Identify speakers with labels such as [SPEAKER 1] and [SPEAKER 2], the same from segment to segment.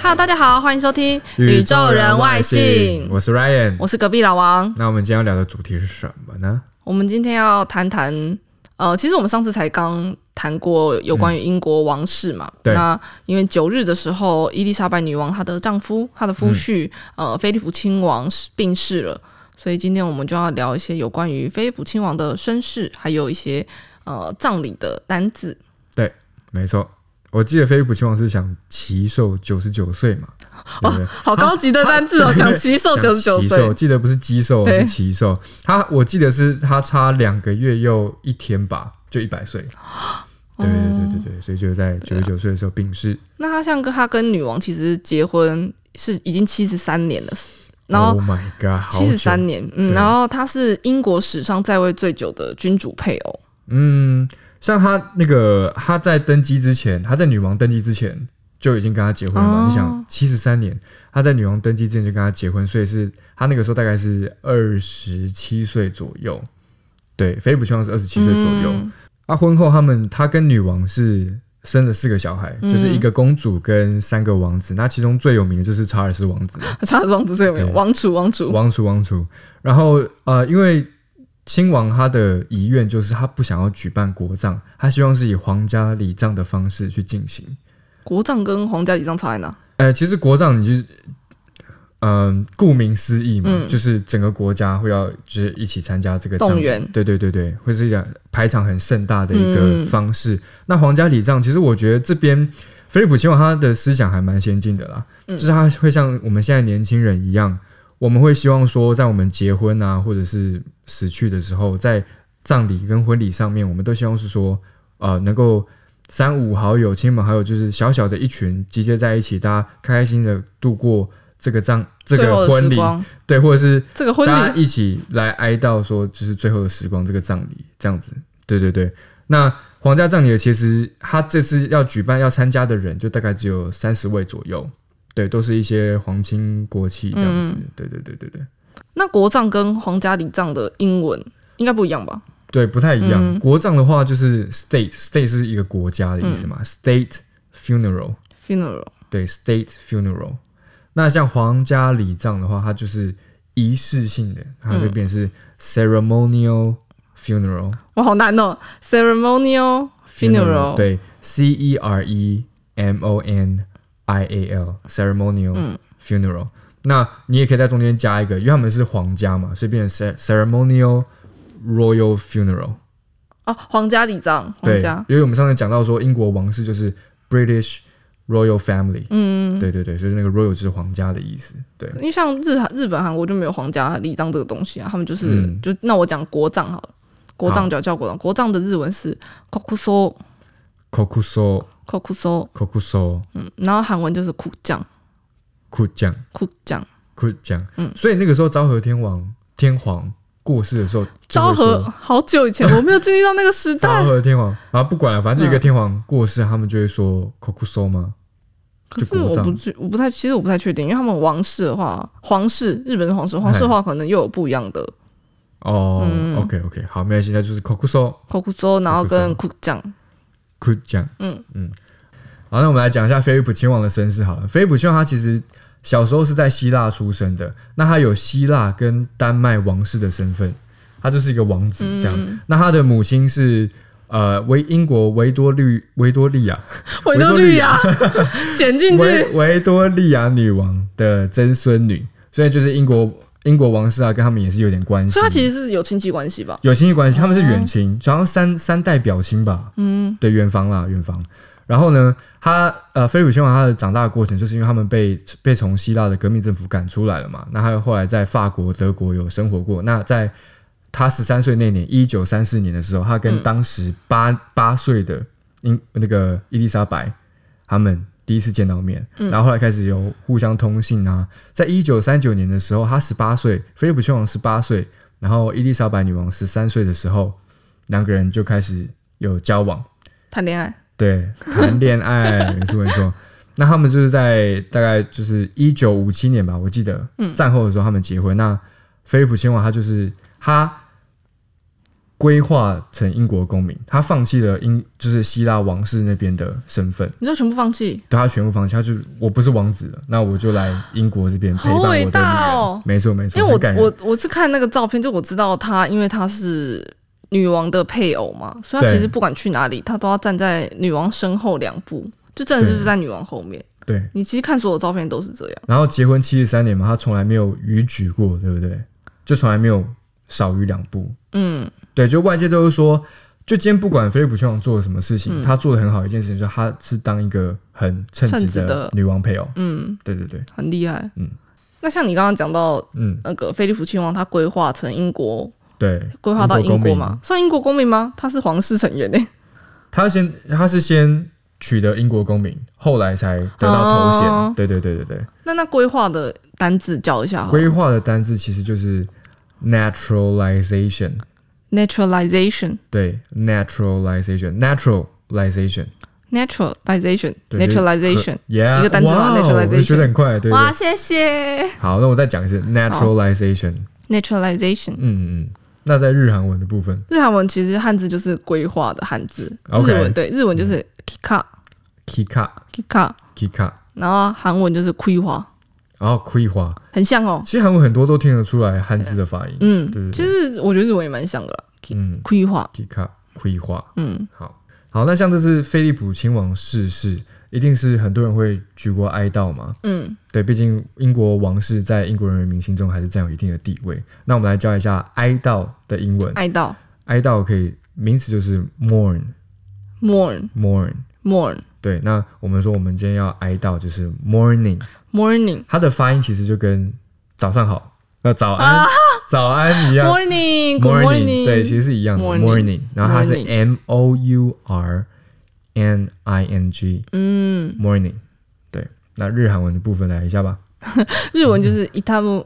[SPEAKER 1] Hello，大家好，欢迎收听《宇宙人外星》，
[SPEAKER 2] 我是 Ryan，
[SPEAKER 1] 我是隔壁老王。
[SPEAKER 2] 那我们今天要聊的主题是什么呢？
[SPEAKER 1] 我们今天要谈谈，呃，其实我们上次才刚谈过有关于英国王室嘛。
[SPEAKER 2] 嗯对
[SPEAKER 1] 那因为九日的时候，伊丽莎白女王她的丈夫、她的夫婿，
[SPEAKER 2] 嗯
[SPEAKER 1] 呃，菲利普亲王是病逝了，所以今天我们就要聊一些有关于菲利普亲王的身世，还有一些呃葬礼的单字。
[SPEAKER 2] 没错，我记得菲利普亲王是想奇寿九十九岁嘛，对不对？
[SPEAKER 1] 好高级的哦单 字哦，想奇寿九十九
[SPEAKER 2] 想奇
[SPEAKER 1] 岁
[SPEAKER 2] 寿，。记得不是奇寿，
[SPEAKER 1] 对
[SPEAKER 2] 是奇寿。他我记得是他差两个月又一天吧，就一百岁。
[SPEAKER 1] 哦
[SPEAKER 2] 对对对对对，所以就在九十九岁的时候病逝。
[SPEAKER 1] 那他像跟他跟女王其实结婚是已经七十三年了，然后
[SPEAKER 2] Oh my God，好久
[SPEAKER 1] 七十三年，嗯，
[SPEAKER 2] 对
[SPEAKER 1] 然后他是英国史上在位最久的君主配偶，
[SPEAKER 2] 嗯，像他那个他在登基之前，他在女王登基之前就已经跟他结婚了嘛？
[SPEAKER 1] 哦
[SPEAKER 2] 你想，七十三年，他在女王登基之前就跟他结婚，所以是他那个时候大概是二十七岁左右。对，菲利普亲王是二十七岁左右。
[SPEAKER 1] 嗯
[SPEAKER 2] 啊，婚后他们他跟女王是生了四个小孩，
[SPEAKER 1] 嗯
[SPEAKER 2] 就是一个公主跟三个王子。那其中最有名的就是查尔斯王子嘛，
[SPEAKER 1] 查尔斯王子最有名，
[SPEAKER 2] 对
[SPEAKER 1] 王储王储，
[SPEAKER 2] 王储王储。然后呃，因为亲王他的遗愿就是他不想要举办国葬，他希望是以皇家礼葬的方式去进行。
[SPEAKER 1] 国葬跟皇家礼葬差在哪？
[SPEAKER 2] 呃，其实国葬你就是。嗯，顾名思义嘛，
[SPEAKER 1] 嗯
[SPEAKER 2] 就是整个国家会要就是一起参加这个葬礼
[SPEAKER 1] 动员
[SPEAKER 2] 对对对对，会是一个排场很盛大的一个
[SPEAKER 1] 嗯
[SPEAKER 2] 方式。那皇家礼葬，其实我觉得这边菲利普亲王他的思想还蛮先进的啦，
[SPEAKER 1] 嗯
[SPEAKER 2] 就是他会像我们现在年轻人一样，我们会希望说，在我们结婚啊，或者是死去的时候，在葬礼跟婚礼上面，我们都希望是说，呃，能够三五好友、亲朋好友，就是小小的一群集结在一起，大家开开心心的度过这个葬、这
[SPEAKER 1] 最后
[SPEAKER 2] 个
[SPEAKER 1] 的
[SPEAKER 2] 婚
[SPEAKER 1] 时
[SPEAKER 2] 礼，
[SPEAKER 1] 光，
[SPEAKER 2] 对，或者是
[SPEAKER 1] 这个婚
[SPEAKER 2] 大家
[SPEAKER 1] 礼，
[SPEAKER 2] 一起来哀悼，说就是最后的时光这个葬礼这样子。对对对，那皇家葬礼其实他这次要举办要参加的人就大概只有三十位左右，对，都是一些皇亲国戚这样子。
[SPEAKER 1] 嗯
[SPEAKER 2] 对对对对对
[SPEAKER 1] 那国葬跟皇家礼葬的英文应该不一样吧？
[SPEAKER 2] 对，不太一样。
[SPEAKER 1] 嗯
[SPEAKER 2] 国葬的话就是 state，state 是一个国家的意思嘛、s
[SPEAKER 1] 嗯
[SPEAKER 2] t a t e funeral，
[SPEAKER 1] funeral
[SPEAKER 2] 对，state funeral。那像皇家礼葬的话，它就是仪式性的，它就变成
[SPEAKER 1] 嗯
[SPEAKER 2] 是 ceremonial funeral。
[SPEAKER 1] 哇，好难哦，ceremonial funeral，
[SPEAKER 2] 对，C E R E M O N I A L ceremonial、funeral。那你也可以在中间加一个，因为他们是皇家嘛，所以变成 cer- ceremonial royal funeral。
[SPEAKER 1] 哦，皇家礼葬，皇
[SPEAKER 2] 对
[SPEAKER 1] 家，，
[SPEAKER 2] 因为我们上次讲到说英国王室就是 British royal family，嗯，对对对，所以那个 royal 就是皇家的意思。对，
[SPEAKER 1] 因为像日韩日本、韩国就没有皇家礼葬这个东西啊，他们就是、
[SPEAKER 2] 嗯
[SPEAKER 1] 就那我讲国葬好了，国葬就要叫国葬，国葬的日文是 kokuso
[SPEAKER 2] kokuso
[SPEAKER 1] kokuso，
[SPEAKER 2] kokuso
[SPEAKER 1] 嗯，然后韩文就是苦酱
[SPEAKER 2] kujiang
[SPEAKER 1] 苦酱。
[SPEAKER 2] kujiang，所以
[SPEAKER 1] 嗯
[SPEAKER 2] 那个时候昭和天王天皇过世的时候，就
[SPEAKER 1] 昭
[SPEAKER 2] 会说
[SPEAKER 1] 和好久以前，我没有经历到那个时
[SPEAKER 2] 昭
[SPEAKER 1] 代。
[SPEAKER 2] 和天皇啊，不管了，反正就一个
[SPEAKER 1] 嗯
[SPEAKER 2] 天皇过世，他们就会说 “kokuso” 吗？
[SPEAKER 1] 可是我不
[SPEAKER 2] 就国葬
[SPEAKER 1] 确，我不太，其实我不太确定，因为他们王室的话，皇室日本的皇室，皇
[SPEAKER 2] 哎
[SPEAKER 1] 室的话可能又有不一样的
[SPEAKER 2] 哦、o
[SPEAKER 1] 嗯
[SPEAKER 2] k OK，好，没关系，那就是 “kokuso”
[SPEAKER 1] kokuso，然后跟苦酱。
[SPEAKER 2] k u j a n
[SPEAKER 1] 嗯
[SPEAKER 2] 嗯，好，那我们来讲一下菲利普亲王的身世好了。菲利普亲王他其实小时候是在希腊出生的，那他有希腊跟丹麦王室的身份，他就是一个王子这样。
[SPEAKER 1] 嗯
[SPEAKER 2] 那他的母亲是呃维英国维多利维多利 亚。
[SPEAKER 1] 维
[SPEAKER 2] 维
[SPEAKER 1] 多
[SPEAKER 2] 多
[SPEAKER 1] 利
[SPEAKER 2] 利
[SPEAKER 1] 亚 剪进
[SPEAKER 2] 维
[SPEAKER 1] 去，
[SPEAKER 2] 维多利亚女王的曾孙女，所以就是英国英国王室啊，跟他们也是有点关系。
[SPEAKER 1] 所以他其实是有亲戚关系吧？
[SPEAKER 2] 有亲戚关系，他们是远亲，好像三三代表亲吧。嗯，对，远房啦，远房。然后呢，他呃，菲利普亲王他的长大的过程，就是因为他们被被从希腊的革命政府赶出来了嘛。那他后来在法国、德国有生活过。那在他十三岁那年，一九三四年的时候，他跟当时八八岁的英那个伊丽莎白他们第一次见到面，然后后来开始有互相通信啊。在一九三九年的时候，他十八岁，菲利普亲王十八岁，然后伊丽莎白女王十三岁的时候，两个人就开始有交往，
[SPEAKER 1] 谈恋爱，
[SPEAKER 2] 对，谈恋爱，没错没错。 那他们就是在大概就是一九五七年吧，我记
[SPEAKER 1] 嗯
[SPEAKER 2] 得战后的时候他们结婚。那菲利普亲王他就是他规划成英国公民，他放弃了英就是希腊王室那边的身份，
[SPEAKER 1] 你就全部放弃，
[SPEAKER 2] 对他全部放弃，他就我不是王子了，那我就来英国这边陪伴
[SPEAKER 1] 好
[SPEAKER 2] 我的女
[SPEAKER 1] 伟
[SPEAKER 2] 人。
[SPEAKER 1] 大哦
[SPEAKER 2] 没错没错，
[SPEAKER 1] 因为
[SPEAKER 2] 很感
[SPEAKER 1] 我
[SPEAKER 2] 人
[SPEAKER 1] 我我是看那个照片，就我知道他，因为他是女王的配偶嘛，所以他
[SPEAKER 2] 对
[SPEAKER 1] 其实不管去哪里，他都要站在女王身后两步，就真的是
[SPEAKER 2] 对
[SPEAKER 1] 在女王后面。
[SPEAKER 2] 对，
[SPEAKER 1] 你其实看所有照片都是这样，
[SPEAKER 2] 然后结婚七十三年嘛，他从来没有逾矩过，对不对？就从来没有少于两步。
[SPEAKER 1] 嗯，
[SPEAKER 2] 对，就外界都是说，就今天不管菲利普亲王做了什么事情，他做的很好一件事情，就是他是当一个很称
[SPEAKER 1] 称
[SPEAKER 2] 职
[SPEAKER 1] 职
[SPEAKER 2] 的
[SPEAKER 1] 的
[SPEAKER 2] 女王配偶。
[SPEAKER 1] 嗯，
[SPEAKER 2] 对对对，
[SPEAKER 1] 很厉害。
[SPEAKER 2] 嗯，
[SPEAKER 1] 那像你刚刚讲到
[SPEAKER 2] 嗯，
[SPEAKER 1] 那个菲利普亲王，他规划成英国，
[SPEAKER 2] 对，
[SPEAKER 1] 规划到英
[SPEAKER 2] 公
[SPEAKER 1] 国
[SPEAKER 2] 民
[SPEAKER 1] 嘛，算英国公民吗？他是皇室成员呢、
[SPEAKER 2] 他先他是先取得英国公民，后来才得到头衔。
[SPEAKER 1] 哦
[SPEAKER 2] 对对对对对，
[SPEAKER 1] 那那规划的单字教一下好了
[SPEAKER 2] 规划的单字其实就是 naturalization，
[SPEAKER 1] naturalization。
[SPEAKER 2] 对，naturalization，naturalization，yeah，
[SPEAKER 1] naturalization
[SPEAKER 2] 对就是
[SPEAKER 1] naturalization，一个单字
[SPEAKER 2] 哇
[SPEAKER 1] 嘛
[SPEAKER 2] 哦我就学
[SPEAKER 1] naturalization
[SPEAKER 2] 得很快，对对
[SPEAKER 1] 哇，
[SPEAKER 2] 对。
[SPEAKER 1] 谢谢
[SPEAKER 2] 好，那我再讲一次 naturalization，
[SPEAKER 1] naturalization。
[SPEAKER 2] 嗯嗯，那在日韩文的部分
[SPEAKER 1] 日韩文其实汉字就是规划的汉字
[SPEAKER 2] OK
[SPEAKER 1] 日
[SPEAKER 2] 嗯
[SPEAKER 1] 文对日文就是 kika
[SPEAKER 2] ，kika
[SPEAKER 1] kika，
[SPEAKER 2] kika，
[SPEAKER 1] 然后韩文就是规划，
[SPEAKER 2] 然后规划，
[SPEAKER 1] 很像哦。
[SPEAKER 2] 其实韩文很多都听得出来汉字的发音，
[SPEAKER 1] 嗯
[SPEAKER 2] 对对，对
[SPEAKER 1] 其实我觉得日文也蛮像的啦，
[SPEAKER 2] 嗯
[SPEAKER 1] 规划，
[SPEAKER 2] ，kika 规划，
[SPEAKER 1] 嗯，
[SPEAKER 2] 好好，那像这次菲利普亲王逝世，一定是很多人会举国哀悼嘛？
[SPEAKER 1] 嗯，
[SPEAKER 2] 对，毕竟英国王室在英国人民心中还是占有一定的地位。那我们来教一下哀悼的英文，
[SPEAKER 1] 爱到
[SPEAKER 2] 哀悼可以名词就是 mourn，mourn。
[SPEAKER 1] mourn mourn
[SPEAKER 2] 对，那我们说我们今天要哀悼就是 morning，
[SPEAKER 1] morning
[SPEAKER 2] 它的发音其实就跟早上好，那早安、早安一样
[SPEAKER 1] morning good
[SPEAKER 2] morning，对，其
[SPEAKER 1] 啊 morning
[SPEAKER 2] 实是一样的
[SPEAKER 1] Morning
[SPEAKER 2] morning，然后它是
[SPEAKER 1] Morning
[SPEAKER 2] m o u r n i n g，
[SPEAKER 1] 嗯，
[SPEAKER 2] morning。对，那日韩文的部分来一下吧。
[SPEAKER 1] 日文就是
[SPEAKER 2] 嗯
[SPEAKER 1] itamu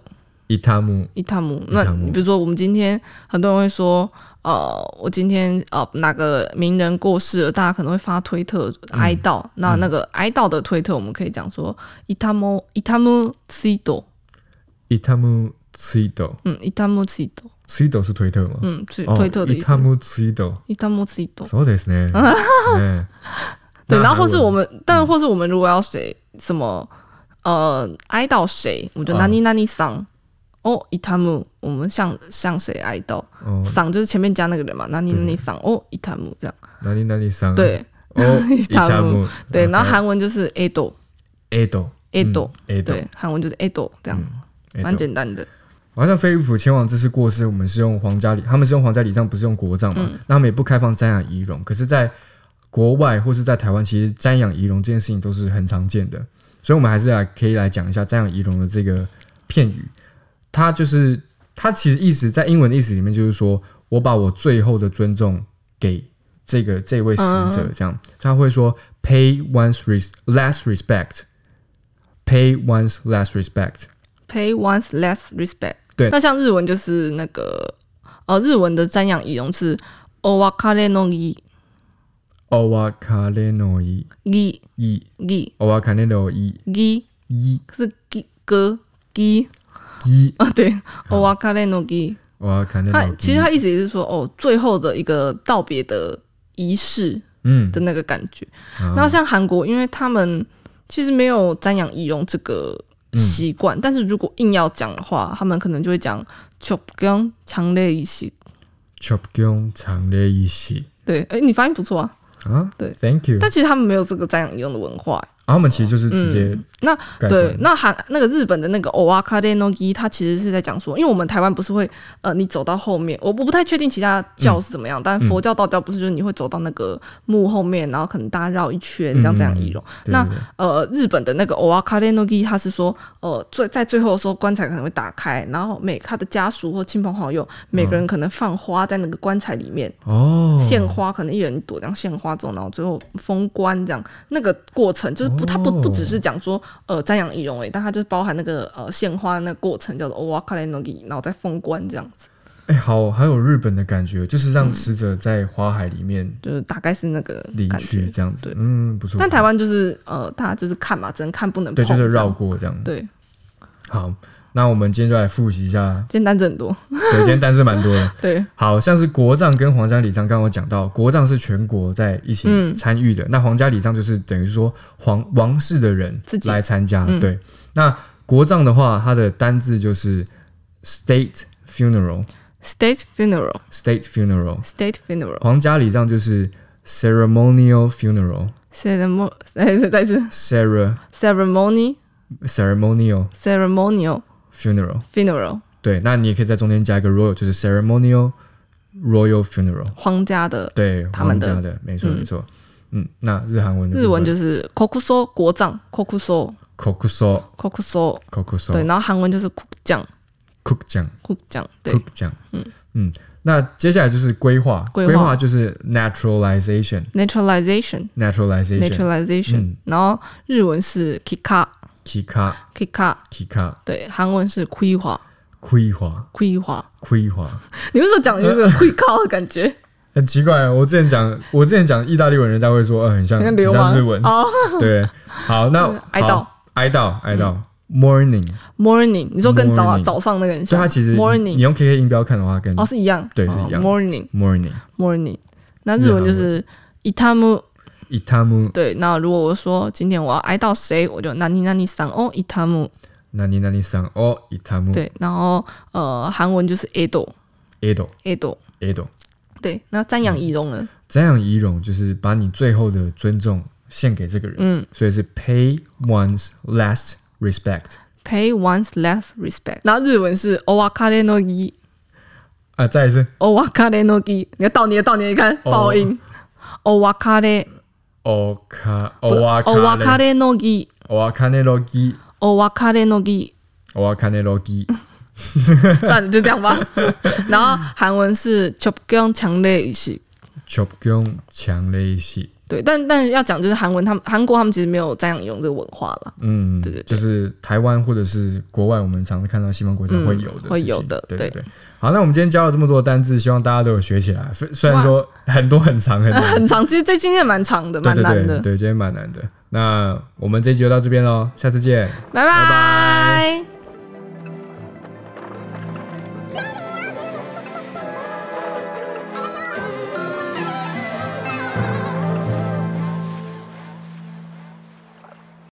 [SPEAKER 2] 伊塔姆，
[SPEAKER 1] 一汤姆。那
[SPEAKER 2] 汤姆
[SPEAKER 1] 你比如说，我们今天很多人会说，呃，我今天呃哪个名人过世了，大家可能会发推特哀悼。
[SPEAKER 2] 嗯
[SPEAKER 1] 那那个哀悼的推特，我们可以讲说一汤姆一汤姆 t w
[SPEAKER 2] 伊塔姆ツイート，
[SPEAKER 1] 嗯，一汤姆 t w
[SPEAKER 2] ツイート是推特吗？
[SPEAKER 1] 嗯，是
[SPEAKER 2] 哦
[SPEAKER 1] 推特的
[SPEAKER 2] 伊
[SPEAKER 1] 意思
[SPEAKER 2] 塔。姆ツイート，
[SPEAKER 1] 一汤姆 t w
[SPEAKER 2] そうですね。 ね
[SPEAKER 1] 对，然后或
[SPEAKER 2] 那嗯
[SPEAKER 1] 是
[SPEAKER 2] 韩文
[SPEAKER 1] 我们，但或是我们如果要谁什么呃哀悼谁，我们就
[SPEAKER 2] 啊
[SPEAKER 1] 哪里哪里桑。哦，一汤姆，我们向向谁哀悼？
[SPEAKER 2] 哦，
[SPEAKER 1] 桑就是前面加那个人嘛，哪里哪里桑哦，一汤姆这样。
[SPEAKER 2] 哪里哪里さん。
[SPEAKER 1] 对，，
[SPEAKER 2] 哦，伊
[SPEAKER 1] 伊塔
[SPEAKER 2] 塔
[SPEAKER 1] 姆
[SPEAKER 2] 姆。
[SPEAKER 1] 对，然后
[SPEAKER 2] OK，
[SPEAKER 1] 韩文就是 ado
[SPEAKER 2] エド，
[SPEAKER 1] ado，、
[SPEAKER 2] エド，
[SPEAKER 1] 对，韩文就是 ado，这样
[SPEAKER 2] エ
[SPEAKER 1] 蛮
[SPEAKER 2] ド。
[SPEAKER 1] 简单的。
[SPEAKER 2] 好像菲利普亲王这次过世，我们是用皇家礼，他们是用皇家礼葬，不是用国葬嘛？那他们也不开放瞻仰仪容，可是，在国外或是在台湾，其实瞻仰仪容这件事情都是很常见的，所以我们还是来可以来讲一下瞻仰仪容的这个片语，它就是它其实意思在英文的意思里面就是说我把我最后的尊重给这个这位死者，这样、他会说 pay one's res last respect，pay one's last respect。
[SPEAKER 1] Pay one's less respect。
[SPEAKER 2] 对
[SPEAKER 1] 那像日文就是那个呃，日文的瞻仰仪容是 o w a k a r e no gi
[SPEAKER 2] o w a k a r e no i
[SPEAKER 1] gi
[SPEAKER 2] i
[SPEAKER 1] gi
[SPEAKER 2] 我看那种一
[SPEAKER 1] gi，
[SPEAKER 2] 一
[SPEAKER 1] 是 gi 歌 gi
[SPEAKER 2] 一，
[SPEAKER 1] 啊，对 o w a k a r e no gi。
[SPEAKER 2] 我看那
[SPEAKER 1] 它
[SPEAKER 2] 种
[SPEAKER 1] 其实它意思也是说哦，最后的一个道别的仪式
[SPEAKER 2] 嗯，
[SPEAKER 1] 的那个感觉。
[SPEAKER 2] 啊
[SPEAKER 1] 然后像韩国，因为他们其实没有瞻仰仪容这个习惯，但是如果硬要讲的话，他们可能就会讲 c h o p g a n 强烈一些。
[SPEAKER 2] chop 姜长的一些
[SPEAKER 1] 对，哎，你发音不错啊，
[SPEAKER 2] 啊，
[SPEAKER 1] 对
[SPEAKER 2] ，Thank you。
[SPEAKER 1] 但其实他们没有这个瞻仰仪容的文化。
[SPEAKER 2] 啊他们其实就是直接
[SPEAKER 1] 那嗯
[SPEAKER 2] 改
[SPEAKER 1] 对
[SPEAKER 2] 观，
[SPEAKER 1] 那韩那个日本的那个 o w a k a d e no gi，它其实是在讲说，因为我们台湾不是会呃，你走到后面，我我不太确定其他教是怎么样，但佛教、道教不是就是你会走到那个墓后面，然后可能大家绕一圈，这样这样仪容。
[SPEAKER 2] 对
[SPEAKER 1] 那
[SPEAKER 2] 对对
[SPEAKER 1] 呃，日本的那个 o w a k a r e no gi，他是说，呃，最在最后的时候，棺材可能会打开，然后每他的家属或亲朋好友，每个人可能放花在那个棺材里面，
[SPEAKER 2] 哦，
[SPEAKER 1] 献花，可能一人一朵这样献花之后，然后最后封棺这样，那个过程就是不，他不不只是讲说，呃，瞻仰仪容而已，但它就包含那个呃献花的那个过程，叫做 o w a k a r e no gi，然后再封棺这样子，
[SPEAKER 2] 哎，好，还有日本的感觉，就是让死者在花海里面
[SPEAKER 1] 就是大概是那个
[SPEAKER 2] 离
[SPEAKER 1] 嗯感
[SPEAKER 2] 去
[SPEAKER 1] 觉。
[SPEAKER 2] 这样子
[SPEAKER 1] 对，
[SPEAKER 2] 嗯，不错。
[SPEAKER 1] 但台湾就是呃，大家就是看嘛，只能看不能碰
[SPEAKER 2] 对，
[SPEAKER 1] 这
[SPEAKER 2] 就
[SPEAKER 1] 样，
[SPEAKER 2] 是绕过这样。
[SPEAKER 1] 对，
[SPEAKER 2] 好，那我们今天就来复习一下，
[SPEAKER 1] 今天单子很多，
[SPEAKER 2] 对，今天单字蛮多的。
[SPEAKER 1] 对，
[SPEAKER 2] 好像是国葬跟皇家礼葬，刚刚我讲到，国葬是全国在一起
[SPEAKER 1] 嗯
[SPEAKER 2] 参与的，那皇家礼葬就是等于说皇王室的人
[SPEAKER 1] 自己
[SPEAKER 2] 来参加。
[SPEAKER 1] 嗯
[SPEAKER 2] 对，那国葬的话，它的单字就是 state
[SPEAKER 1] state
[SPEAKER 2] funeral，state
[SPEAKER 1] funeral
[SPEAKER 2] funeral。
[SPEAKER 1] state funeral
[SPEAKER 2] 皇家礼葬就是 ceremonial funeral，cere
[SPEAKER 1] ceremony 哎再次再次 ceremony
[SPEAKER 2] ceremonial
[SPEAKER 1] ceremonial
[SPEAKER 2] funeral。
[SPEAKER 1] funeral
[SPEAKER 2] 对，那你也可以在中间加一个 royal，就是 ceremonial royal funeral。
[SPEAKER 1] 皇家的
[SPEAKER 2] 对，
[SPEAKER 1] 他们
[SPEAKER 2] 皇
[SPEAKER 1] 的
[SPEAKER 2] 家的，没错
[SPEAKER 1] 嗯
[SPEAKER 2] 没错。嗯，那日韩文的
[SPEAKER 1] 日文就是是 kokuso 国葬 kokuso
[SPEAKER 2] kokuso
[SPEAKER 1] kokuso，
[SPEAKER 2] kokuso，
[SPEAKER 1] 对，然后韩文就是 cook 酱
[SPEAKER 2] cook 酱
[SPEAKER 1] cook 酱，对
[SPEAKER 2] cook 酱，嗯嗯。那接下来就是规划，
[SPEAKER 1] 规
[SPEAKER 2] 规
[SPEAKER 1] 划
[SPEAKER 2] 就是 naturalization
[SPEAKER 1] naturalization
[SPEAKER 2] naturalization
[SPEAKER 1] naturalization，
[SPEAKER 2] 嗯
[SPEAKER 1] 然后日文是 kika
[SPEAKER 2] kika
[SPEAKER 1] kika，
[SPEAKER 2] kika
[SPEAKER 1] 对，韩文是规划
[SPEAKER 2] 规划
[SPEAKER 1] 规划，
[SPEAKER 2] 规划。
[SPEAKER 1] 你为什么讲有一 种会靠的感觉？
[SPEAKER 2] 很奇怪，啊我之前讲，我之前讲意大利文，人家会说，呃，很像
[SPEAKER 1] 很像
[SPEAKER 2] 很
[SPEAKER 1] 流
[SPEAKER 2] 像
[SPEAKER 1] 氓
[SPEAKER 2] 日文，
[SPEAKER 1] 哦。
[SPEAKER 2] 对。好，那
[SPEAKER 1] 嗯哀悼嗯
[SPEAKER 2] 好哀悼哀悼 morning，
[SPEAKER 1] Morning，你说跟早啊
[SPEAKER 2] Morning
[SPEAKER 1] 早上那个很
[SPEAKER 2] 所
[SPEAKER 1] 像，
[SPEAKER 2] 以它其实你
[SPEAKER 1] Morning
[SPEAKER 2] 用 KK 音标看的话，跟
[SPEAKER 1] 哦是一样，
[SPEAKER 2] 对是一样
[SPEAKER 1] Morning
[SPEAKER 2] morning
[SPEAKER 1] Morning，那日文就是 itam，
[SPEAKER 2] itamu
[SPEAKER 1] 对，那如果我说今天我要哀悼谁，我就那尼那尼桑哦 itam，
[SPEAKER 2] nani nani san o itamu
[SPEAKER 1] 对，然后呃韩文就是 edo
[SPEAKER 2] edo
[SPEAKER 1] edo，
[SPEAKER 2] edo，
[SPEAKER 1] 对，那瞻仰仪容呢？
[SPEAKER 2] 瞻仰仪容就是把你最后的尊重献给这个人，
[SPEAKER 1] 嗯
[SPEAKER 2] 所以是 pay one's last respect
[SPEAKER 1] ，pay one's last respect，然后日文是 owakare no gi
[SPEAKER 2] 啊，再一次
[SPEAKER 1] owakare no gi，你要倒捏倒捏，你看爆音 owakare
[SPEAKER 2] o ka o wa
[SPEAKER 1] o w a k a
[SPEAKER 2] ka
[SPEAKER 1] r no gi
[SPEAKER 2] o wa ka ne lo gi
[SPEAKER 1] o w a k a r no gi。
[SPEAKER 2] o wa ka ne lo gi
[SPEAKER 1] 算了，就这样吧。然后韩文是 chop g o n 强烈语系，
[SPEAKER 2] chop gyung 强烈一些，
[SPEAKER 1] 对，但但要讲就是韩文，他们韩国他们其实没有瞻仰仪容这个文化了，
[SPEAKER 2] 嗯，
[SPEAKER 1] 对对对
[SPEAKER 2] 就是台湾或者是国外，我们常常看到西方国家
[SPEAKER 1] 嗯
[SPEAKER 2] 会有的事情、
[SPEAKER 1] 会有的
[SPEAKER 2] 对
[SPEAKER 1] 对
[SPEAKER 2] 对。好，那我们今天教了这么多单字，希望大家都有学起来。虽虽然说很多很长 很难，
[SPEAKER 1] 很长。其实这今天蛮长的，
[SPEAKER 2] 对
[SPEAKER 1] 蛮
[SPEAKER 2] 对
[SPEAKER 1] 难
[SPEAKER 2] 对
[SPEAKER 1] 的。
[SPEAKER 2] 对，今天蛮难的。那我们这一集就到这边喽，下次见。
[SPEAKER 1] 拜拜。